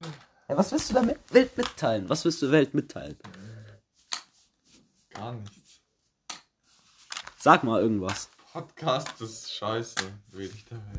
Ja, was willst du damit Welt mitteilen? Was willst du Welt mitteilen? Gar nichts. Sag mal irgendwas. Podcast ist scheiße, will ich damit.